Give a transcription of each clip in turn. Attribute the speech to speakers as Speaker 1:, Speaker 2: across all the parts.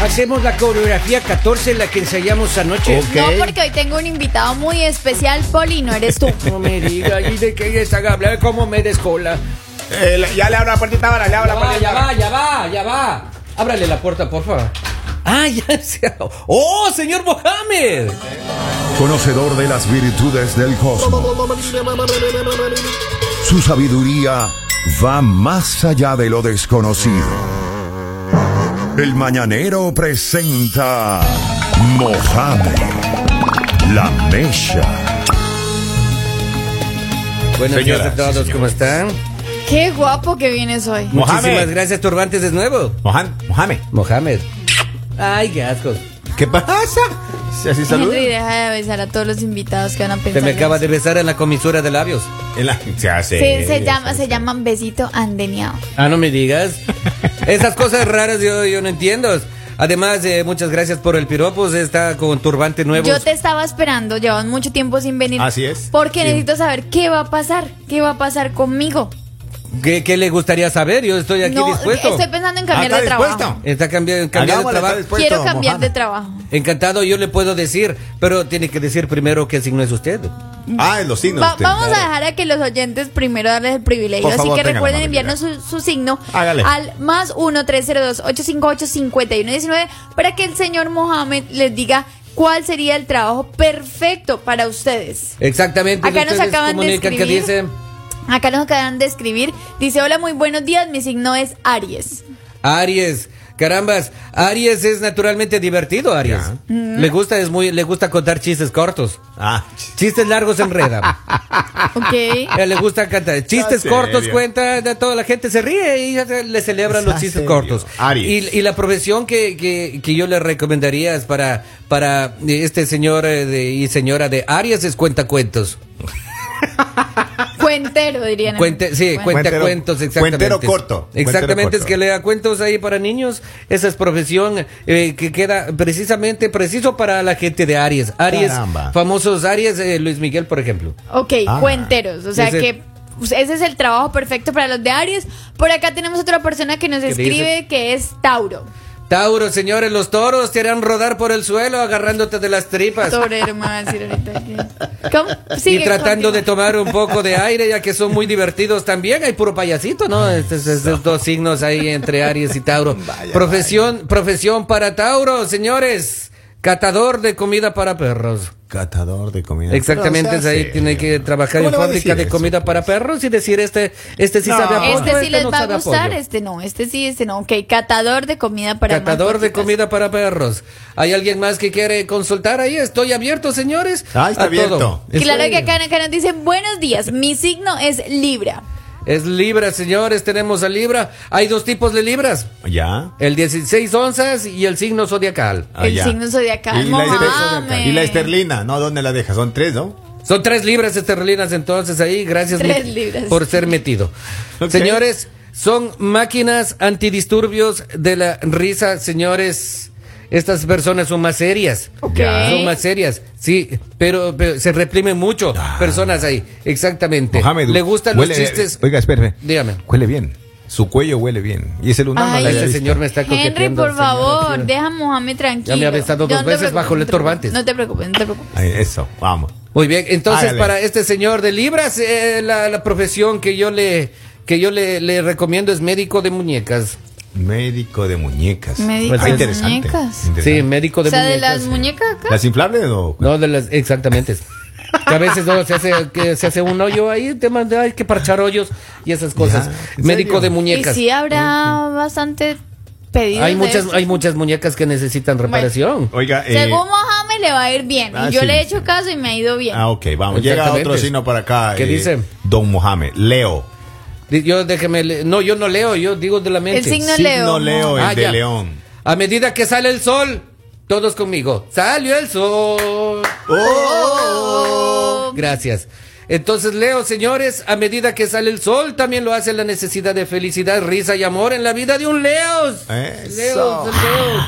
Speaker 1: Hacemos la coreografía 14, la que ensayamos anoche.
Speaker 2: Ok.
Speaker 3: No, porque hoy tengo un invitado muy especial, Poli, no eres tú.
Speaker 1: No me diga, y de que ella está hablando, cómo me descola.
Speaker 2: Eh, la- ya le abro la puertita ahora, le abro
Speaker 1: Ya
Speaker 2: la
Speaker 1: va,
Speaker 2: puertita.
Speaker 1: ya va,
Speaker 2: ahora.
Speaker 1: ya va, ya va. Ábrale la puerta, por favor. Ah, ya se... ¡Oh, señor Mohamed!
Speaker 4: conocedor de las virtudes del cosmos. Su sabiduría va más allá de lo desconocido. El mañanero presenta Mohamed, la Mesha.
Speaker 1: Buenos días a
Speaker 2: Señoras,
Speaker 1: todos, ¿cómo están?
Speaker 3: Qué guapo que vienes hoy.
Speaker 2: Mohamed.
Speaker 1: Muchísimas gracias, Turbantes, de nuevo.
Speaker 2: Mohan, Mohamed,
Speaker 1: Mohamed. Ay, qué asco.
Speaker 2: ¿qué pasa? Si así saluda.
Speaker 3: Henry, deja de besar a todos los invitados que van a pensar.
Speaker 1: Te me
Speaker 3: en
Speaker 1: acabas
Speaker 3: eso.
Speaker 1: de besar en la comisura de labios.
Speaker 2: En la- se hace.
Speaker 3: Sí, se, llama, se llaman besito andeneado.
Speaker 1: Ah, no me digas. Esas cosas raras yo, yo no entiendo. Además, eh, muchas gracias por el piropos. Está con turbante nuevo.
Speaker 3: Yo te estaba esperando, llevas mucho tiempo sin venir.
Speaker 2: Así es.
Speaker 3: Porque
Speaker 2: Sí.
Speaker 3: necesito saber qué va a pasar, qué va a pasar conmigo.
Speaker 1: ¿Qué, qué le gustaría saber? Yo estoy aquí
Speaker 3: no, este
Speaker 1: dispuesto.
Speaker 3: estoy pensando en
Speaker 2: Ah,
Speaker 3: cambiar
Speaker 2: ¿está
Speaker 3: de
Speaker 2: dispuesto?
Speaker 3: trabajo.
Speaker 1: Está cambiando, cambiando de
Speaker 2: Hagámosle, está
Speaker 1: trabajo.
Speaker 2: dispuesto,
Speaker 3: Quiero cambiar
Speaker 2: Mohamed.
Speaker 3: de trabajo.
Speaker 1: Encantado, yo le puedo decir, pero tiene que decir primero qué signo es usted.
Speaker 2: Ah, en los signos.
Speaker 3: Va-
Speaker 2: usted.
Speaker 3: vamos a dejar a que los oyentes primero darles el privilegio.
Speaker 2: Por
Speaker 3: Así
Speaker 2: favor,
Speaker 3: que
Speaker 2: téngalo,
Speaker 3: recuerden
Speaker 2: Marilena.
Speaker 3: enviarnos su, su signo
Speaker 2: Hágale.
Speaker 3: al más 1-302-858-5119 para que el señor Mohamed les diga cuál sería el trabajo perfecto para ustedes.
Speaker 1: Exactamente.
Speaker 3: Acá nos
Speaker 1: ustedes
Speaker 3: acaban de
Speaker 1: comunican que
Speaker 3: escribir.
Speaker 1: dice
Speaker 3: Acá nos acaban de escribir. Dice, hola, muy buenos días. Mi signo es Aries.
Speaker 1: Aries. Carambas, Aries es naturalmente divertido, Aries. Le gusta es muy le gusta contar chistes cortos.
Speaker 2: Ah,
Speaker 1: Chistes largos se enreda.
Speaker 3: Ok.
Speaker 1: A él le gusta cantar. Chistes
Speaker 2: serio?
Speaker 1: cortos cuenta, ya toda la gente se ríe y ya se- le celebran los
Speaker 2: ¿Está
Speaker 1: chistes
Speaker 2: serio?
Speaker 1: cortos.
Speaker 2: Aries.
Speaker 1: Y, y la profesión que, que- que yo le recomendaría es para, para este señor eh, de- y señora de Aries es cuentacuentos.
Speaker 3: Cuentero, dirían.
Speaker 1: Cuente, sí,
Speaker 3: Bueno.
Speaker 1: cuenta
Speaker 2: Cuentero-
Speaker 1: cuentos, exactamente.
Speaker 2: cuentero corto,
Speaker 1: Exactamente,
Speaker 2: cuentero
Speaker 1: es
Speaker 2: corto.
Speaker 1: que lea cuentos ahí para niños. Esa es profesión eh, que queda precisamente preciso para la gente de Aries. Aries,
Speaker 2: Caramba.
Speaker 1: famosos Aries, eh, Luis Miguel, por ejemplo.
Speaker 3: Ok,
Speaker 2: Ah.
Speaker 3: cuenteros. O sea
Speaker 1: Ese-
Speaker 3: que pues, ese es el trabajo perfecto para los de Aries. Por acá tenemos otra persona que nos
Speaker 1: ¿Qué
Speaker 3: escribe que es Tauro.
Speaker 1: Tauro, señores, los toros te harán rodar por el suelo agarrándote de las tripas.
Speaker 3: Torero, me va a decir ahorita. que- ¿Cómo?
Speaker 1: Y
Speaker 3: Sigue,
Speaker 1: tratando de
Speaker 3: continúa.
Speaker 1: tomar un poco de aire, ya que son muy divertidos también. Hay puro payasito, ¿no? Estos, estos dos signos ahí entre Aries y Tauro.
Speaker 2: Vaya,
Speaker 1: profesión, profesión para Tauro, señores. Catador de comida para perros.
Speaker 2: catador de comida.
Speaker 1: Exactamente,
Speaker 2: Pero, o sea,
Speaker 1: ahí
Speaker 2: sí.
Speaker 1: tiene que trabajar
Speaker 2: ¿Cómo
Speaker 1: en
Speaker 2: le va a
Speaker 1: fábrica
Speaker 2: decir
Speaker 1: de
Speaker 2: eso,
Speaker 1: comida
Speaker 2: pues?
Speaker 1: para perros y decir este, este sí
Speaker 2: No.
Speaker 1: sabe apoyo.
Speaker 3: Este sí les va a
Speaker 1: sabe
Speaker 3: gustar,
Speaker 1: apoyo.
Speaker 3: este no, este sí, este no. Ok, catador de comida para
Speaker 1: Catador de
Speaker 3: mascotitas.
Speaker 1: comida para perros. ¿Hay alguien más que quiere consultar ahí? Estoy abierto, señores.
Speaker 2: Ah, está
Speaker 1: a todo.
Speaker 2: abierto.
Speaker 3: Claro
Speaker 1: Estoy-
Speaker 3: que acá, acá nos dicen buenos días, mi signo es Libra.
Speaker 1: Es Libra, señores, tenemos a Libra. Hay dos tipos de Libras,
Speaker 2: Ya.
Speaker 1: el 16 onzas y el signo zodiacal.
Speaker 2: Ah,
Speaker 3: El
Speaker 2: ya.
Speaker 3: signo zodiacal,
Speaker 2: Y la, ester-
Speaker 3: Mohamed.
Speaker 2: y la esterlina, ¿no? ¿Dónde la deja? Son tres, ¿no?
Speaker 1: Son tres libras esterlinas entonces ahí, gracias
Speaker 3: Tres
Speaker 1: mi-
Speaker 3: libras.
Speaker 1: por ser metido.
Speaker 2: Ok.
Speaker 1: Señores, son máquinas antidisturbios de la risa, señores. Estas personas son más serias.
Speaker 3: Ok.
Speaker 1: Son más serias, sí, pero, pero se reprimen mucho personas ahí, exactamente.
Speaker 2: Ah. Mohamed.
Speaker 1: Le gustan los
Speaker 2: huele-
Speaker 1: chistes.
Speaker 2: Oiga, espérame.
Speaker 1: Dígame.
Speaker 2: Huele bien. Su cuello huele bien. Y ese lunar no
Speaker 3: Ay.
Speaker 2: lo había
Speaker 1: Ese
Speaker 2: visto.
Speaker 1: este señor me está coqueteando.
Speaker 3: Henry, por
Speaker 1: señora.
Speaker 3: favor, deja a Mohamed
Speaker 1: Ya
Speaker 3: tranquilo.
Speaker 1: me ha besado dos veces
Speaker 3: te preocupes,
Speaker 1: bajo
Speaker 3: no
Speaker 1: los
Speaker 3: te preocupes,
Speaker 1: turbantes.
Speaker 3: No te preocupes, no te preocupes.
Speaker 2: Ay, Eso, vamos.
Speaker 1: Muy bien, entonces
Speaker 2: Hágale.
Speaker 1: para este señor de Libras, eh, la, la profesión que yo le que yo le, le recomiendo es médico de muñecas.
Speaker 2: Médico de muñecas.
Speaker 3: Médico
Speaker 2: Ah,
Speaker 3: de
Speaker 2: interesante.
Speaker 3: muñecas.
Speaker 1: Sí,
Speaker 2: Interesante.
Speaker 1: médico de
Speaker 3: O sea, de
Speaker 1: muñecas.
Speaker 3: las muñecas acá.
Speaker 2: ¿Las inflables o
Speaker 1: No, de las, exactamente. Que a veces no, se, hace, que se hace un hoyo ahí, temas de hay que parchar hoyos y esas cosas.
Speaker 2: ¿en
Speaker 1: médico
Speaker 2: serio?
Speaker 1: de
Speaker 3: Y
Speaker 1: muñecas.
Speaker 3: sí habrá bastante pedidos.
Speaker 1: hay
Speaker 3: de
Speaker 1: muchas,
Speaker 3: esos.
Speaker 1: hay muchas muñecas que necesitan reparación.
Speaker 2: Oiga, eh,
Speaker 3: Según Mohamed le va a ir bien.
Speaker 2: ah,
Speaker 3: y yo
Speaker 2: sí.
Speaker 3: le he hecho caso y me ha ido bien.
Speaker 2: Ah, ok, vamos. Llega otro
Speaker 1: Exactamente.
Speaker 2: signo para acá. eh,
Speaker 1: ¿Qué dice?
Speaker 2: Don Mohamed. Leo.
Speaker 1: Yo déjeme, le- no, yo no leo, yo digo de la mente.
Speaker 3: El signo
Speaker 2: Signo
Speaker 3: Leo.
Speaker 2: Leo, el
Speaker 1: Ah,
Speaker 2: de
Speaker 1: ya.
Speaker 2: León.
Speaker 1: A medida que sale el sol, todos conmigo. Salió el sol.
Speaker 2: ¡Oh!
Speaker 1: Gracias. Entonces, Leo, señores, a medida que sale el sol, también lo hace la necesidad de felicidad, risa y amor en la vida de un Leo.
Speaker 2: Eso.
Speaker 1: Leo, Leo.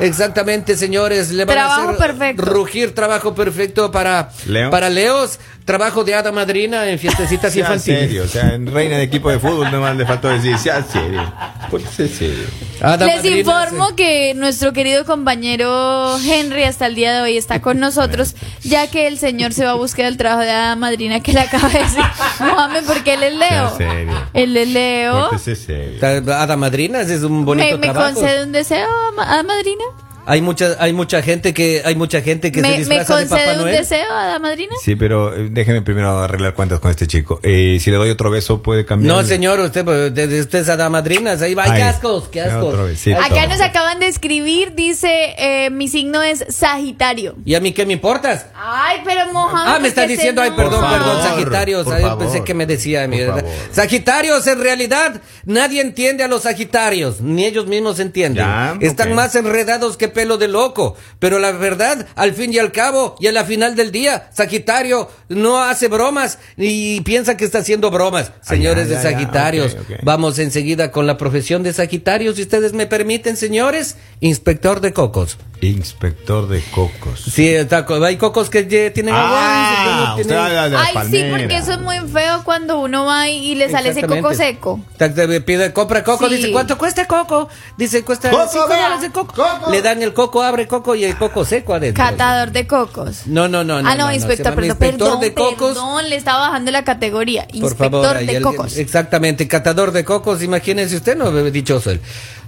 Speaker 1: Exactamente, señores. Le van
Speaker 3: Trabajo
Speaker 1: a hacer
Speaker 3: perfecto.
Speaker 1: rugir trabajo perfecto para,
Speaker 2: Leo.
Speaker 1: para Leos. Trabajo de hada madrina en fiestecitas
Speaker 2: Sea
Speaker 1: infantiles.
Speaker 2: serio, o sea, en reina de equipo de fútbol nomás le faltó decir, sea serio. ¿Por qué sea serio?
Speaker 1: Ada
Speaker 3: Les
Speaker 1: madrina,
Speaker 3: informo
Speaker 1: sí.
Speaker 3: que nuestro querido compañero Henry hasta el día de hoy está con nosotros, ya que el señor se va a buscar el trabajo de la madrina que le acaba de decir Mohamed, porque él es Leo.
Speaker 2: Sea serio.
Speaker 3: Él es Leo.
Speaker 2: Pórtese serio.
Speaker 1: Ta- Hada madrina, ese es un bonito
Speaker 3: ¿Me, me
Speaker 1: trabajo.
Speaker 3: concede un deseo a a madrina?
Speaker 1: Hay mucha, hay mucha gente que, hay mucha gente que se
Speaker 3: ¿Me, me
Speaker 1: disfraza de Papá
Speaker 3: concede un
Speaker 1: Noel.
Speaker 3: deseo a la madrina?
Speaker 2: Sí, pero eh, déjeme primero arreglar cuentas con este chico. Eh, si le doy otro beso, puede cambiar.
Speaker 1: No,
Speaker 2: el-
Speaker 1: señor, usted, pues, usted usted es hada madrina, ahí va. Ay,
Speaker 2: Ay,
Speaker 1: qué ascos, qué ascos.
Speaker 2: otro besito.
Speaker 1: Ay,
Speaker 3: Acá nos acaban de escribir, dice, eh, mi signo es Sagitario.
Speaker 1: ¿Y a mí qué me importas?
Speaker 3: Ay, pero Mohamed.
Speaker 1: Ah, me estás
Speaker 3: pues que se
Speaker 1: diciendo, ay,
Speaker 3: no.
Speaker 1: perdón,
Speaker 2: Por
Speaker 1: perdón,
Speaker 2: favor,
Speaker 1: Sagitarios.
Speaker 2: por
Speaker 1: ay,
Speaker 2: favor,
Speaker 1: pensé que me decía, mi
Speaker 2: por
Speaker 1: verdad.
Speaker 2: favor.
Speaker 1: Sagitarios, en realidad, nadie entiende a los Sagitarios, ni ellos mismos entienden.
Speaker 2: Ya,
Speaker 1: Están
Speaker 2: ok.
Speaker 1: más enredados que pelo de loco. Pero la verdad, al fin y al cabo, y a la final del día, Sagitario no hace bromas y piensa que está haciendo bromas.
Speaker 2: Ah,
Speaker 1: Señores
Speaker 2: ya,
Speaker 1: de
Speaker 2: ya, ya,
Speaker 1: Sagitarios,
Speaker 2: ok, ok.
Speaker 1: vamos enseguida con la profesión de Sagitarios, si ustedes me permiten, señores. Inspector de cocos.
Speaker 2: Inspector de cocos.
Speaker 1: Sí, está co- hay cocos que eh, tienen
Speaker 2: Ah,
Speaker 1: agua. y que no
Speaker 2: usted
Speaker 1: tienen-
Speaker 2: habla de las
Speaker 3: Ay, sí,
Speaker 2: palmeras.
Speaker 3: porque eso es muy feo cuando uno va y y le sale ese coco
Speaker 1: Exactamente.
Speaker 3: seco.
Speaker 1: Exacto, me Pide, compra coco,
Speaker 3: Sí.
Speaker 1: dice, ¿cuánto cuesta coco? Dice, cuesta
Speaker 2: Coco,
Speaker 1: cinco
Speaker 2: vea.
Speaker 1: dólares el coco.
Speaker 2: Coco.
Speaker 1: Le dan el coco, abre coco y el coco seco adentro.
Speaker 3: Catador de cocos.
Speaker 1: No, no, no.
Speaker 3: ah, no,
Speaker 1: se
Speaker 3: inspector,
Speaker 1: llama
Speaker 3: perdón,
Speaker 1: inspector
Speaker 3: perdón,
Speaker 1: de cocos.
Speaker 3: perdón, le estaba bajando la categoría.
Speaker 1: Por
Speaker 3: Inspector
Speaker 1: favor, ahí
Speaker 3: de
Speaker 1: alguien-
Speaker 3: cocos.
Speaker 1: Exactamente, catador de cocos, imagínense usted, no, bebé, dichoso él.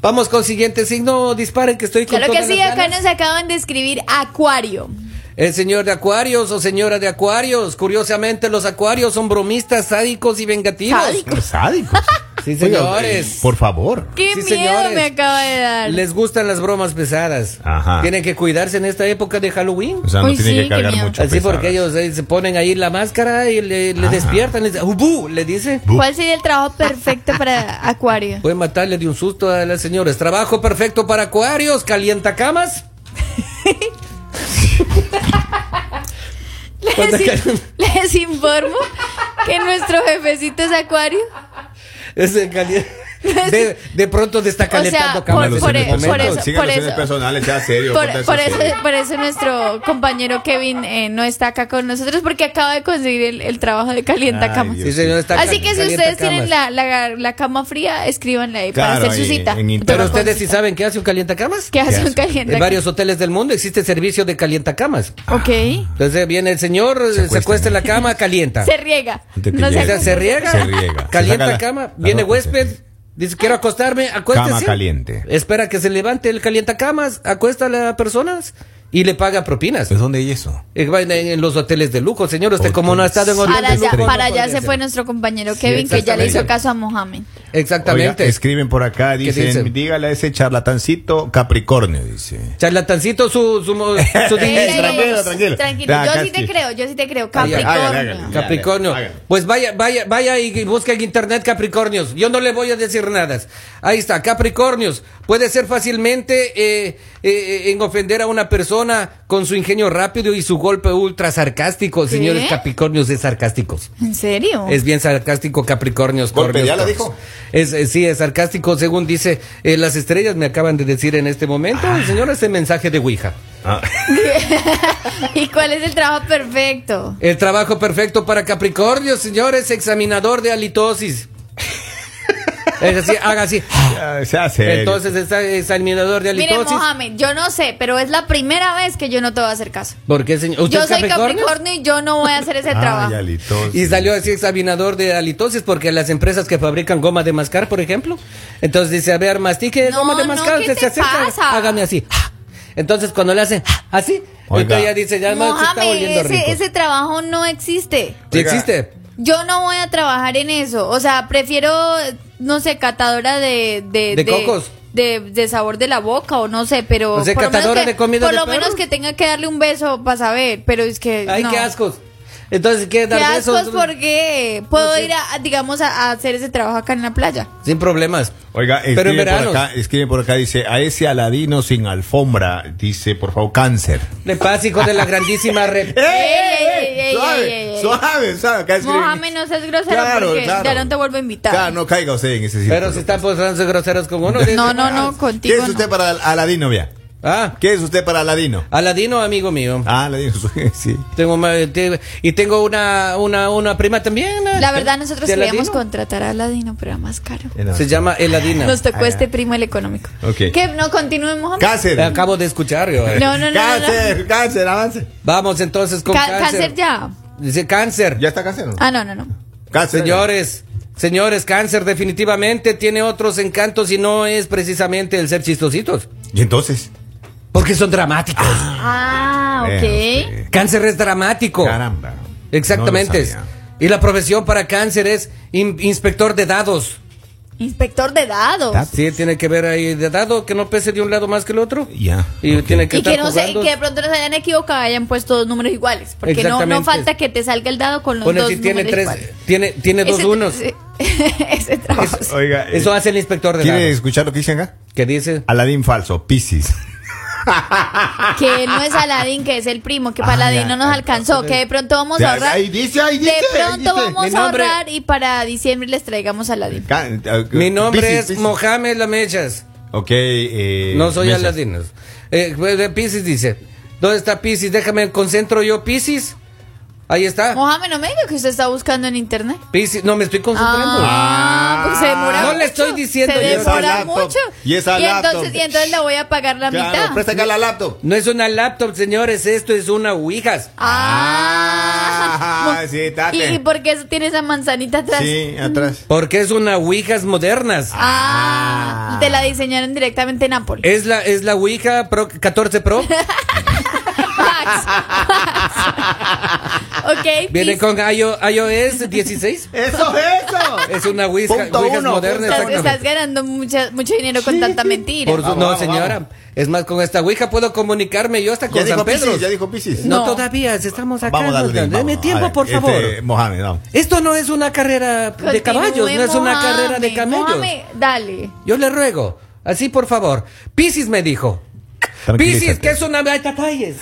Speaker 1: Vamos con siguiente signo, disparen que estoy con
Speaker 3: Claro que
Speaker 1: todas
Speaker 3: sí,
Speaker 1: las
Speaker 3: acá
Speaker 1: ganas.
Speaker 3: nos acaban de escribir Acuario.
Speaker 1: El señor de acuarios o señora de acuarios. Curiosamente, los acuarios son bromistas, sádicos y vengativos.
Speaker 3: Sádico.
Speaker 2: Sádicos.
Speaker 1: Sí,
Speaker 2: Oiga,
Speaker 1: señores.
Speaker 2: eh, por favor.
Speaker 3: Qué
Speaker 1: Sí,
Speaker 3: miedo
Speaker 1: señores.
Speaker 3: me acaba de dar.
Speaker 1: Les gustan las bromas pesadas.
Speaker 2: Ajá.
Speaker 1: Tienen que cuidarse en esta época de Halloween.
Speaker 2: O sea, no
Speaker 3: Uy,
Speaker 2: tiene
Speaker 3: sí,
Speaker 2: que
Speaker 3: qué
Speaker 2: cargar
Speaker 3: miedo.
Speaker 2: mucho.
Speaker 1: Así porque
Speaker 2: pesado.
Speaker 1: ellos eh, se ponen ahí la máscara y le, le
Speaker 2: Ajá.
Speaker 1: despiertan. Le, dicen, "Ubú", le dice.
Speaker 2: Bu-
Speaker 3: ¿Cuál sería el trabajo perfecto para Acuario?
Speaker 1: Pueden matarle de un susto a las señoras. Trabajo perfecto para acuarios. Calienta camas. ¿Cuántas
Speaker 3: Les,
Speaker 1: caras?
Speaker 3: les informo que nuestro jefecito es Acuario.
Speaker 1: Ese cali- De, de pronto te está
Speaker 3: sea,
Speaker 1: calentando camas.
Speaker 2: Calma,
Speaker 3: por-
Speaker 1: en
Speaker 2: los
Speaker 3: por
Speaker 1: este
Speaker 3: e-
Speaker 1: momento.
Speaker 2: siguientes momentos.
Speaker 3: por eso-
Speaker 2: Sigan
Speaker 3: por
Speaker 2: los
Speaker 3: eso-
Speaker 2: personales, ya serio.
Speaker 3: Por,
Speaker 2: ponte
Speaker 3: por
Speaker 2: serio.
Speaker 3: eso, por eso nuestro compañero Kevin eh, no está acá con nosotros porque acaba de conseguir el, el trabajo de calienta
Speaker 2: Ay,
Speaker 3: cama.
Speaker 2: Dios.
Speaker 1: Sí, señor, está
Speaker 3: Así
Speaker 1: cal-
Speaker 3: que si
Speaker 1: calienta
Speaker 3: ustedes tienen
Speaker 1: camas.
Speaker 3: la, la, la cama fría, escríbanla ahí
Speaker 2: Claro,
Speaker 3: para hacer su
Speaker 2: ahí,
Speaker 3: cita.
Speaker 2: en internet.
Speaker 1: Pero
Speaker 3: Toma
Speaker 1: ustedes sí
Speaker 3: consulta.
Speaker 1: saben qué hace un calientacamas.
Speaker 3: ¿Qué hace
Speaker 2: ¿Qué
Speaker 3: un
Speaker 2: hace?
Speaker 1: En
Speaker 3: calienta
Speaker 1: varios hoteles del mundo existe servicio de calientacamas.
Speaker 3: Ok.
Speaker 1: Entonces viene el señor, eh, se acuesta,
Speaker 2: acuesta.
Speaker 1: en la cama, calienta.
Speaker 3: Se riega.
Speaker 2: Antes que
Speaker 3: No
Speaker 2: llegue.
Speaker 1: O sea,
Speaker 3: se
Speaker 1: se riega,
Speaker 2: Se riega.
Speaker 1: calienta
Speaker 2: Se saca la-
Speaker 1: cama,
Speaker 2: la
Speaker 1: viene
Speaker 2: ropa,
Speaker 1: huésped,
Speaker 2: sí.
Speaker 1: dice quiero acostarme, acuéstese.
Speaker 2: Cama caliente.
Speaker 1: Espera que se levante el calienta camas, acuesta a las personas y le paga propinas.
Speaker 2: ¿Pues dónde hay eso?
Speaker 1: Eh, va En, en los hoteles de lujo, señor, usted como no ha estado en hoteles
Speaker 3: Para
Speaker 1: de
Speaker 3: allá,
Speaker 1: lujo. no
Speaker 3: para allá
Speaker 1: podría
Speaker 3: se
Speaker 1: ser.
Speaker 3: fue nuestro compañero Kevin, que ya le hizo
Speaker 2: exactamente.
Speaker 3: caso a Mohamed.
Speaker 1: Exactamente.
Speaker 2: Oiga, escriben por acá, dicen,
Speaker 1: dicen?
Speaker 2: dígale a ese charlatancito Capricornio, dice.
Speaker 1: Charlatancito su su, mo- su
Speaker 2: Ey,
Speaker 1: dinero.
Speaker 2: tranquilo, tranquilo.
Speaker 3: Eh, Tranquilo,
Speaker 2: Ya,
Speaker 3: yo
Speaker 2: casi.
Speaker 3: sí te creo, yo sí te creo.
Speaker 1: Hágale,
Speaker 2: hágale.
Speaker 3: Capricornio.
Speaker 1: Capricornio.
Speaker 2: Hágalo, hágalo.
Speaker 1: Pues vaya, vaya, vaya y busca en internet Capricornios. Yo no le voy a decir nada. Ahí está, Capricornios. Puede ser fácilmente eh, eh, en ofender a una persona con su ingenio rápido y su golpe ultra sarcástico. Señores Capricornios es sarcásticos.
Speaker 3: ¿En serio?
Speaker 1: Es bien sarcástico Capricornios.
Speaker 2: Golpe,
Speaker 1: Cornios,
Speaker 2: ya lo
Speaker 1: Cornios.
Speaker 2: dijo.
Speaker 1: Es, eh, sí, es sarcástico según dice eh, las estrellas me acaban de decir en este momento. Señora, ese mensaje de Ouija.
Speaker 2: Ah,
Speaker 3: ¿Y cuál es el trabajo perfecto?
Speaker 1: El trabajo perfecto para Capricornio, señores, examinador de halitosis. Es así, haga así.
Speaker 2: ya, sea serio.
Speaker 1: Entonces está examinador de
Speaker 3: Mire,
Speaker 1: halitosis.
Speaker 3: Mohamed, yo no sé, pero es la primera vez que yo no te voy a hacer caso.
Speaker 1: ¿Por qué, señor? ¿Usted
Speaker 3: Yo
Speaker 1: es
Speaker 3: soy
Speaker 1: Capricornio?
Speaker 3: Capricornio y yo no voy a hacer ese
Speaker 2: Ay,
Speaker 3: trabajo.
Speaker 2: halitosis.
Speaker 1: Y salió así examinador de halitosis porque las empresas que fabrican goma de mascar, por ejemplo, entonces dice, a ver, mastique
Speaker 3: No,
Speaker 1: goma de
Speaker 3: no,
Speaker 1: mascar,
Speaker 3: ¿qué
Speaker 1: usted
Speaker 3: te
Speaker 1: se acerca,
Speaker 3: pasa?
Speaker 1: hágame así. Entonces cuando le hacen así,
Speaker 2: Oiga.
Speaker 1: entonces ya dice, ya no, se está
Speaker 3: Mohamed,
Speaker 1: volviendo rico.
Speaker 3: ese, ese trabajo no existe.
Speaker 1: Sí
Speaker 2: Oiga.
Speaker 1: existe?
Speaker 3: Yo no voy a trabajar en eso. O sea, prefiero, no sé, catadora de...
Speaker 1: De cocos.
Speaker 3: De, de sabor de la boca o no sé, pero...
Speaker 1: O sea,
Speaker 3: por lo menos
Speaker 1: catadora
Speaker 3: que-
Speaker 1: de comida
Speaker 3: Por
Speaker 1: de
Speaker 3: lo
Speaker 1: perro.
Speaker 3: menos que tenga que darle un beso para saber, pero es que...
Speaker 1: Ay,
Speaker 3: no.
Speaker 1: qué ascos. Entonces, ¿qué
Speaker 3: Qué
Speaker 1: dar besos?
Speaker 3: ascos porque puedo
Speaker 1: No sé.
Speaker 3: ir, a, digamos, a, a hacer ese trabajo acá en la playa.
Speaker 1: Sin problemas.
Speaker 2: Oiga,
Speaker 1: pero en
Speaker 2: escriben
Speaker 1: verano.
Speaker 2: por acá, escriben por acá, dice, a ese aladino sin alfombra, dice, por favor, cáncer.
Speaker 1: Le pasa, hijo de la grandísima re-
Speaker 2: ¡Ey,
Speaker 3: ey,
Speaker 2: ey, ey!
Speaker 3: ey, ey,
Speaker 2: suave,
Speaker 3: ey, ey.
Speaker 2: suave, suave, acá escriben.
Speaker 3: Mohamed, no seas grosero porque ya no te vuelvo a invitar.
Speaker 2: Claro, no caiga usted en ese
Speaker 1: Pero
Speaker 2: círculo.
Speaker 1: si están posando groseros con uno. dice,
Speaker 3: No, no, no,
Speaker 2: ¿Qué
Speaker 3: contigo
Speaker 2: es
Speaker 3: no.
Speaker 2: usted para Aladino, vea?
Speaker 1: Ah,
Speaker 2: ¿Qué es usted para Aladino?
Speaker 1: Aladino, amigo mío.
Speaker 2: Ah, Aladino, sí.
Speaker 1: Tengo ma- te- y tengo una, una, una prima también. ¿eh?
Speaker 3: La verdad, nosotros
Speaker 1: ¿De
Speaker 3: queríamos
Speaker 1: Aladino?
Speaker 3: contratar a Aladino, pero era más caro.
Speaker 1: Se llama Eladina.
Speaker 3: Nos tocó
Speaker 2: Ah,
Speaker 3: este
Speaker 2: ya.
Speaker 3: primo el económico.
Speaker 2: Ok.
Speaker 3: Que no continuemos. hombre.
Speaker 2: Cáncer.
Speaker 1: La acabo de escuchar yo. eh.
Speaker 3: No, no, no, no, no.
Speaker 2: Cáncer, cáncer, avance.
Speaker 1: Vamos entonces con
Speaker 3: Ca-
Speaker 1: cáncer.
Speaker 3: cáncer ya.
Speaker 1: Dice cáncer.
Speaker 2: ¿Ya está cáncer? no?
Speaker 3: Ah, no, no, no.
Speaker 2: Cáncer.
Speaker 1: Señores, señores, cáncer definitivamente tiene otros encantos y no es precisamente el ser chistositos.
Speaker 2: ¿Y entonces?
Speaker 1: Porque son dramáticos.
Speaker 3: Ah, ok.
Speaker 2: Eh, usted.
Speaker 1: Cáncer es dramático.
Speaker 2: Caramba.
Speaker 1: Exactamente.
Speaker 2: No lo sabía.
Speaker 1: y la profesión para cáncer es in- inspector de dados.
Speaker 3: Inspector de dados.
Speaker 2: Dados.
Speaker 1: Sí, tiene que ver ahí de dado, que no pese de un lado más que el otro.
Speaker 2: Ya,
Speaker 1: Y
Speaker 2: ok.
Speaker 1: tiene que
Speaker 3: Y
Speaker 1: estar
Speaker 3: que no sé,
Speaker 1: jugando
Speaker 3: que de pronto nos hayan equivocado, hayan puesto dos números iguales. Porque no, no
Speaker 1: Exactamente.
Speaker 3: falta que te salga el dado con los
Speaker 1: Bueno,
Speaker 3: dos
Speaker 1: si tiene
Speaker 3: números
Speaker 1: tres,
Speaker 3: iguales.
Speaker 1: tiene, tiene dos
Speaker 3: Ese-
Speaker 1: unos.
Speaker 3: sí. Ese trabajo. sí.
Speaker 2: Oiga, eh,
Speaker 1: Eso hace el inspector de
Speaker 2: ¿Quiere
Speaker 1: dados.
Speaker 2: escuchar lo que dicen acá?
Speaker 1: Que dice.
Speaker 2: Aladín falso, Piscis.
Speaker 3: que no es Aladín, que es el primo, que para
Speaker 2: Ah,
Speaker 3: Aladín
Speaker 2: ya,
Speaker 3: no nos alcanzó, que de pronto vamos a ahorrar.
Speaker 2: Ahí dice, ahí dice.
Speaker 3: De
Speaker 2: ahí
Speaker 3: pronto
Speaker 2: dice.
Speaker 3: vamos
Speaker 1: Mi
Speaker 3: a
Speaker 1: nombre-
Speaker 3: ahorrar y para diciembre les traigamos Aladín.
Speaker 2: Ca- ah,
Speaker 1: Mi nombre
Speaker 2: Piscis,
Speaker 1: es
Speaker 2: Piscis.
Speaker 1: Mohamed Lamechas.
Speaker 2: Ok, eh,
Speaker 1: No soy
Speaker 2: Mesas.
Speaker 1: Aladino. Eh, pues, de Pisces dice. ¿Dónde está Pisces? Déjame, concentro yo Pisces. Ahí está.
Speaker 3: Mohamed, no me diga que usted está buscando en internet.
Speaker 1: Pisces. No, me estoy concentrando.
Speaker 3: Ah, pues se demora
Speaker 1: No le
Speaker 3: mucho.
Speaker 1: estoy diciendo
Speaker 3: Se
Speaker 1: yo.
Speaker 2: Y
Speaker 3: demora
Speaker 2: esa laptop.
Speaker 3: mucho.
Speaker 2: Y esa
Speaker 3: entonces,
Speaker 2: laptop.
Speaker 3: y entonces le voy a pagar la
Speaker 2: Claro,
Speaker 3: mitad.
Speaker 2: presta acá la laptop.
Speaker 1: No es una laptop, señores. Esto es una ouijas.
Speaker 3: Ah,
Speaker 2: Ah, sí, tate.
Speaker 3: ¿Y, y por qué tiene esa manzanita atrás?
Speaker 2: Sí, atrás.
Speaker 1: Porque es una ouijas modernas.
Speaker 3: Ah, te la diseñaron directamente en Apple.
Speaker 1: Es la, es la Ouija Pro 14 Pro.
Speaker 3: ok.
Speaker 1: Viene
Speaker 3: pis-
Speaker 1: con IO iOS 16.
Speaker 2: ¡Eso, eso!
Speaker 1: Es una Ouija,
Speaker 2: Punto
Speaker 1: ouijas
Speaker 2: uno,
Speaker 1: moderna.
Speaker 2: punto Ah,
Speaker 3: Estás,
Speaker 1: exactamente.
Speaker 3: estás ganando mucha- mucho dinero con tanta mentira.
Speaker 1: Por su-
Speaker 2: Vamos,
Speaker 1: no,
Speaker 2: vamos,
Speaker 1: señora.
Speaker 2: vamos.
Speaker 1: Es más, con esta Ouija puedo comunicarme yo hasta
Speaker 2: Ya
Speaker 1: con
Speaker 2: dijo
Speaker 1: San Pedro.
Speaker 2: Piscis, ya dijo Piscis.
Speaker 1: No,
Speaker 3: No.
Speaker 1: todavía, si estamos acá.
Speaker 2: Vamos a darle.
Speaker 1: Dame
Speaker 2: vamos.
Speaker 1: tiempo,
Speaker 2: A ver,
Speaker 1: por
Speaker 2: este,
Speaker 1: favor.
Speaker 2: Mohamed, vamos.
Speaker 1: Esto no es una carrera de
Speaker 3: Continúe,
Speaker 1: caballos, no es una
Speaker 3: Mohamed,
Speaker 1: carrera de camellos.
Speaker 3: Mohamed, dale.
Speaker 1: Yo le ruego, así por favor. Piscis me dijo.
Speaker 2: Tranquilízate.
Speaker 1: Piscis, ¿qué es una ay, tatayes.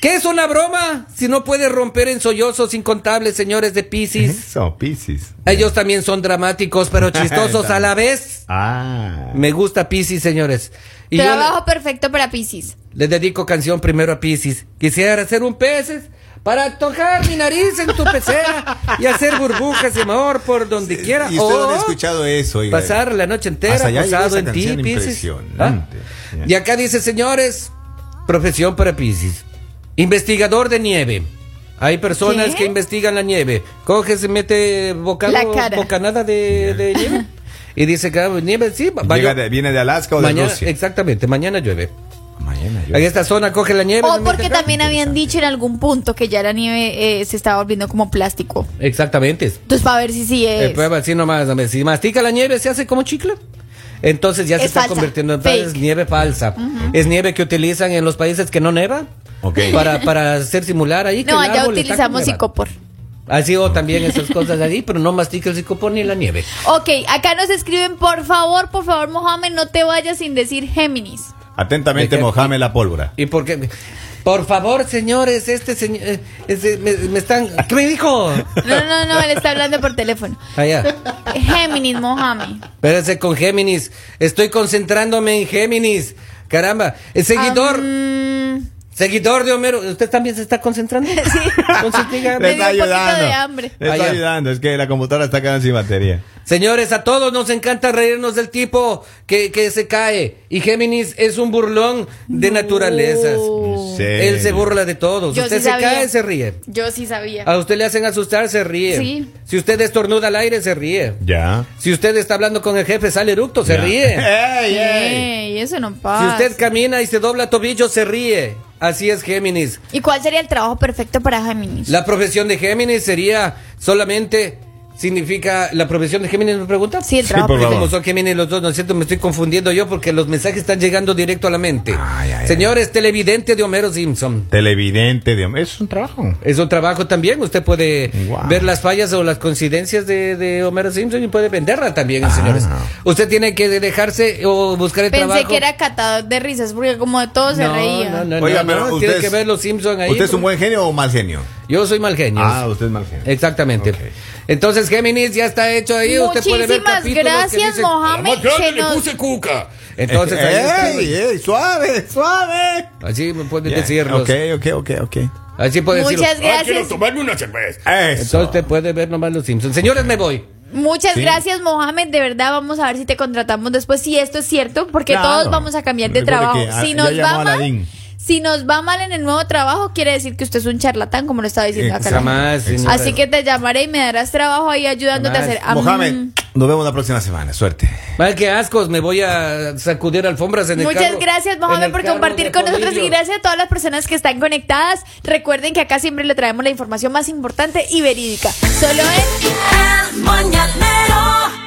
Speaker 1: ¿Qué es una broma? Si no puede romper en sollozos incontables, señores de Piscis.
Speaker 2: Eso, Piscis.
Speaker 1: Ellos también son dramáticos, pero chistosos a la vez.
Speaker 2: Ah.
Speaker 1: Me gusta Piscis, señores. Y yo le-
Speaker 3: Trabajo perfecto para Pisces.
Speaker 1: Le dedico canción primero a Piscis. Quisiera ser un peces para tocar mi nariz en tu pecera y hacer burbujas de amor por donde quiera.
Speaker 2: ¿Y usted dónde
Speaker 1: o
Speaker 2: ha escuchado eso? oiga?
Speaker 1: Pasar la noche entera
Speaker 2: Hasta allá llegó
Speaker 1: posado
Speaker 2: esa
Speaker 1: en ti,
Speaker 2: canción
Speaker 1: Piscis. ¿Ah?
Speaker 2: impresionante. Ya.
Speaker 1: Y acá dice, señores, profesión para Piscis. Investigador de nieve. Hay personas
Speaker 3: ¿Qué?
Speaker 1: que investigan la nieve. Coge, se mete bocado,
Speaker 3: La cara.
Speaker 1: bocanada de, de nieve. Y dice, que ah, nieve, sí, va- va-
Speaker 2: Llega de- viene de Alaska o de
Speaker 1: mañana,
Speaker 2: Rusia.
Speaker 1: exactamente, mañana llueve.
Speaker 2: Mañana. yo-
Speaker 1: En esta zona coge la nieve. se
Speaker 3: O
Speaker 1: mete
Speaker 3: porque
Speaker 1: acá.
Speaker 3: también habían dicho en algún punto que ya la nieve eh, se estaba volviendo como plástico.
Speaker 1: Exactamente.
Speaker 3: Entonces, para ver si sí
Speaker 1: Eh,
Speaker 3: es.
Speaker 1: prueba así nomás. hombre. Si mastica la nieve, se hace como chicle. Entonces ya se
Speaker 3: Es
Speaker 1: está
Speaker 3: falsa,
Speaker 1: convirtiendo en
Speaker 3: fake.
Speaker 1: es nieve falsa. Es nieve que utilizan en los países que no neva.
Speaker 2: Ok.
Speaker 1: Para, para hacer simular ahí. que
Speaker 3: no,
Speaker 1: el
Speaker 3: allá
Speaker 1: árbol está
Speaker 3: utilizamos
Speaker 1: con neva.
Speaker 3: psicopor.
Speaker 1: Así o también esas cosas allí, pero no mastica el psicopor ni la nieve.
Speaker 3: Ok, acá nos escriben, por favor, por favor, Mohamed, no te vayas sin decir Géminis.
Speaker 1: De
Speaker 2: Atentamente,
Speaker 1: que-
Speaker 2: Mohamed la pólvora.
Speaker 1: ¿Y por qué? Por favor, señores, este señor. eh, este, me, me están. ¿Qué me dijo?
Speaker 3: No, no, no, no, él está hablando por teléfono.
Speaker 1: Allá.
Speaker 3: Géminis, Mohamed.
Speaker 1: Espérense con Géminis. Estoy concentrándome en Géminis. Caramba.
Speaker 3: Ah,
Speaker 1: El seguidor.
Speaker 3: Mm,
Speaker 1: Seguidor de Homero, ¿usted también se está concentrando? Sí. Entonces, dígame.
Speaker 3: Me dio un poquito de hambre.
Speaker 2: Le está
Speaker 1: Allá.
Speaker 2: ayudando. Es que la computadora está quedando sin batería.
Speaker 1: Señores, a todos nos encanta reírnos del tipo que, que se cae. Y Géminis es un burlón de naturalezas.
Speaker 3: Oh.
Speaker 2: Sí.
Speaker 1: Él se burla de todos.
Speaker 3: Yo
Speaker 1: usted
Speaker 3: sí
Speaker 1: se
Speaker 3: sabía.
Speaker 1: cae, se ríe.
Speaker 3: Yo sí sabía.
Speaker 1: A usted le hacen asustar, se ríe.
Speaker 3: Sí.
Speaker 1: Si usted estornuda al aire, se ríe.
Speaker 2: Ya.
Speaker 1: Si usted está hablando con el jefe, sale eructo, se
Speaker 2: Ya.
Speaker 1: ríe.
Speaker 2: ¡Ey, ey!
Speaker 3: Ey, eso no
Speaker 1: Si
Speaker 3: pasa.
Speaker 1: usted camina y se dobla tobillo, se ríe. Así es Géminis.
Speaker 3: ¿Y cuál sería el trabajo perfecto para Géminis?
Speaker 1: La profesión de Géminis sería solamente significa la profesión de Géminis me pregunta.
Speaker 3: Sí, el
Speaker 2: Sí,
Speaker 3: trabajo
Speaker 2: por
Speaker 1: Porque
Speaker 2: favor.
Speaker 3: perfecto.
Speaker 1: como son Géminis los dos, ¿no es cierto? Me estoy confundiendo yo porque los mensajes están llegando directo a la mente.
Speaker 2: Ay, ay,
Speaker 1: Señores, televidente de Homero Simpson.
Speaker 2: Televidente, Dios mío. Es un trabajo.
Speaker 1: Es un trabajo también. Usted puede
Speaker 2: Wow.
Speaker 1: ver las fallas o las coincidencias de, de Homero Simpson y puede venderla también,
Speaker 2: Ah.
Speaker 1: señores. Usted tiene que dejarse o buscar el
Speaker 3: Pensé
Speaker 1: trabajo.
Speaker 3: que era catador de risas, porque como de todo se
Speaker 1: no,
Speaker 3: reía.
Speaker 1: no, no,
Speaker 2: Oiga,
Speaker 1: no,
Speaker 2: pero
Speaker 1: no,
Speaker 2: usted
Speaker 1: tiene
Speaker 2: es-
Speaker 1: que ver los Simpson ahí.
Speaker 2: ¿Usted es un buen genio o mal genio?
Speaker 1: Yo soy mal genio.
Speaker 2: Ah, usted es mal genio.
Speaker 1: Exactamente.
Speaker 2: Ok.
Speaker 1: Entonces, Géminis, ya está hecho ahí. Usted puede ver
Speaker 3: Muchísimas
Speaker 1: capítulos que
Speaker 3: gracias,
Speaker 1: dicen,
Speaker 3: Mohamed.
Speaker 1: "La más grande
Speaker 3: Se
Speaker 1: le
Speaker 3: nos-
Speaker 1: puse cuca. Entonces,
Speaker 2: Eh,
Speaker 1: ahí está,
Speaker 2: ¡Ey, ey, suave, suave!
Speaker 1: así me pueden
Speaker 2: Ya,
Speaker 1: decirlos.
Speaker 2: Ok, ok, ok, ok.
Speaker 1: Así puede decirlo. "Ah,
Speaker 3: Muchas gracias.
Speaker 4: tomarme una cerveza.
Speaker 1: Entonces
Speaker 2: Eso.
Speaker 1: usted puede ver nomás los Simpsons. Señores, me voy.
Speaker 3: Muchas
Speaker 2: Sí.
Speaker 3: gracias, Mohamed. De verdad, vamos a ver si te contratamos después. Si esto es cierto, porque
Speaker 2: Claro.
Speaker 3: todos vamos a cambiar de
Speaker 2: Recuerde
Speaker 3: trabajo.
Speaker 2: que, ah,
Speaker 3: si
Speaker 2: ya
Speaker 3: nos
Speaker 2: llamó
Speaker 3: va mal,
Speaker 2: Aladín.
Speaker 3: si nos va mal en el nuevo trabajo, quiere decir que usted es un charlatán, como lo estaba diciendo acá. la gente.
Speaker 1: Jamás, señora.
Speaker 3: Así que te llamaré y me darás trabajo ahí ayudándote a
Speaker 1: Jamás.
Speaker 3: hacer. am-
Speaker 2: Mohamed, nos vemos la próxima semana. Suerte.
Speaker 1: Ay, qué ascos, me voy a sacudir alfombras en el
Speaker 3: Muchas
Speaker 1: carro-
Speaker 3: gracias,
Speaker 1: en
Speaker 3: Mohamed,
Speaker 1: el
Speaker 3: por
Speaker 1: carro
Speaker 3: compartir
Speaker 1: de
Speaker 3: con nosotros y
Speaker 1: Toribio.
Speaker 3: gracias a todas las personas que están conectadas. Recuerden que acá siempre le traemos la información más importante y verídica. Solo en
Speaker 5: El mañanero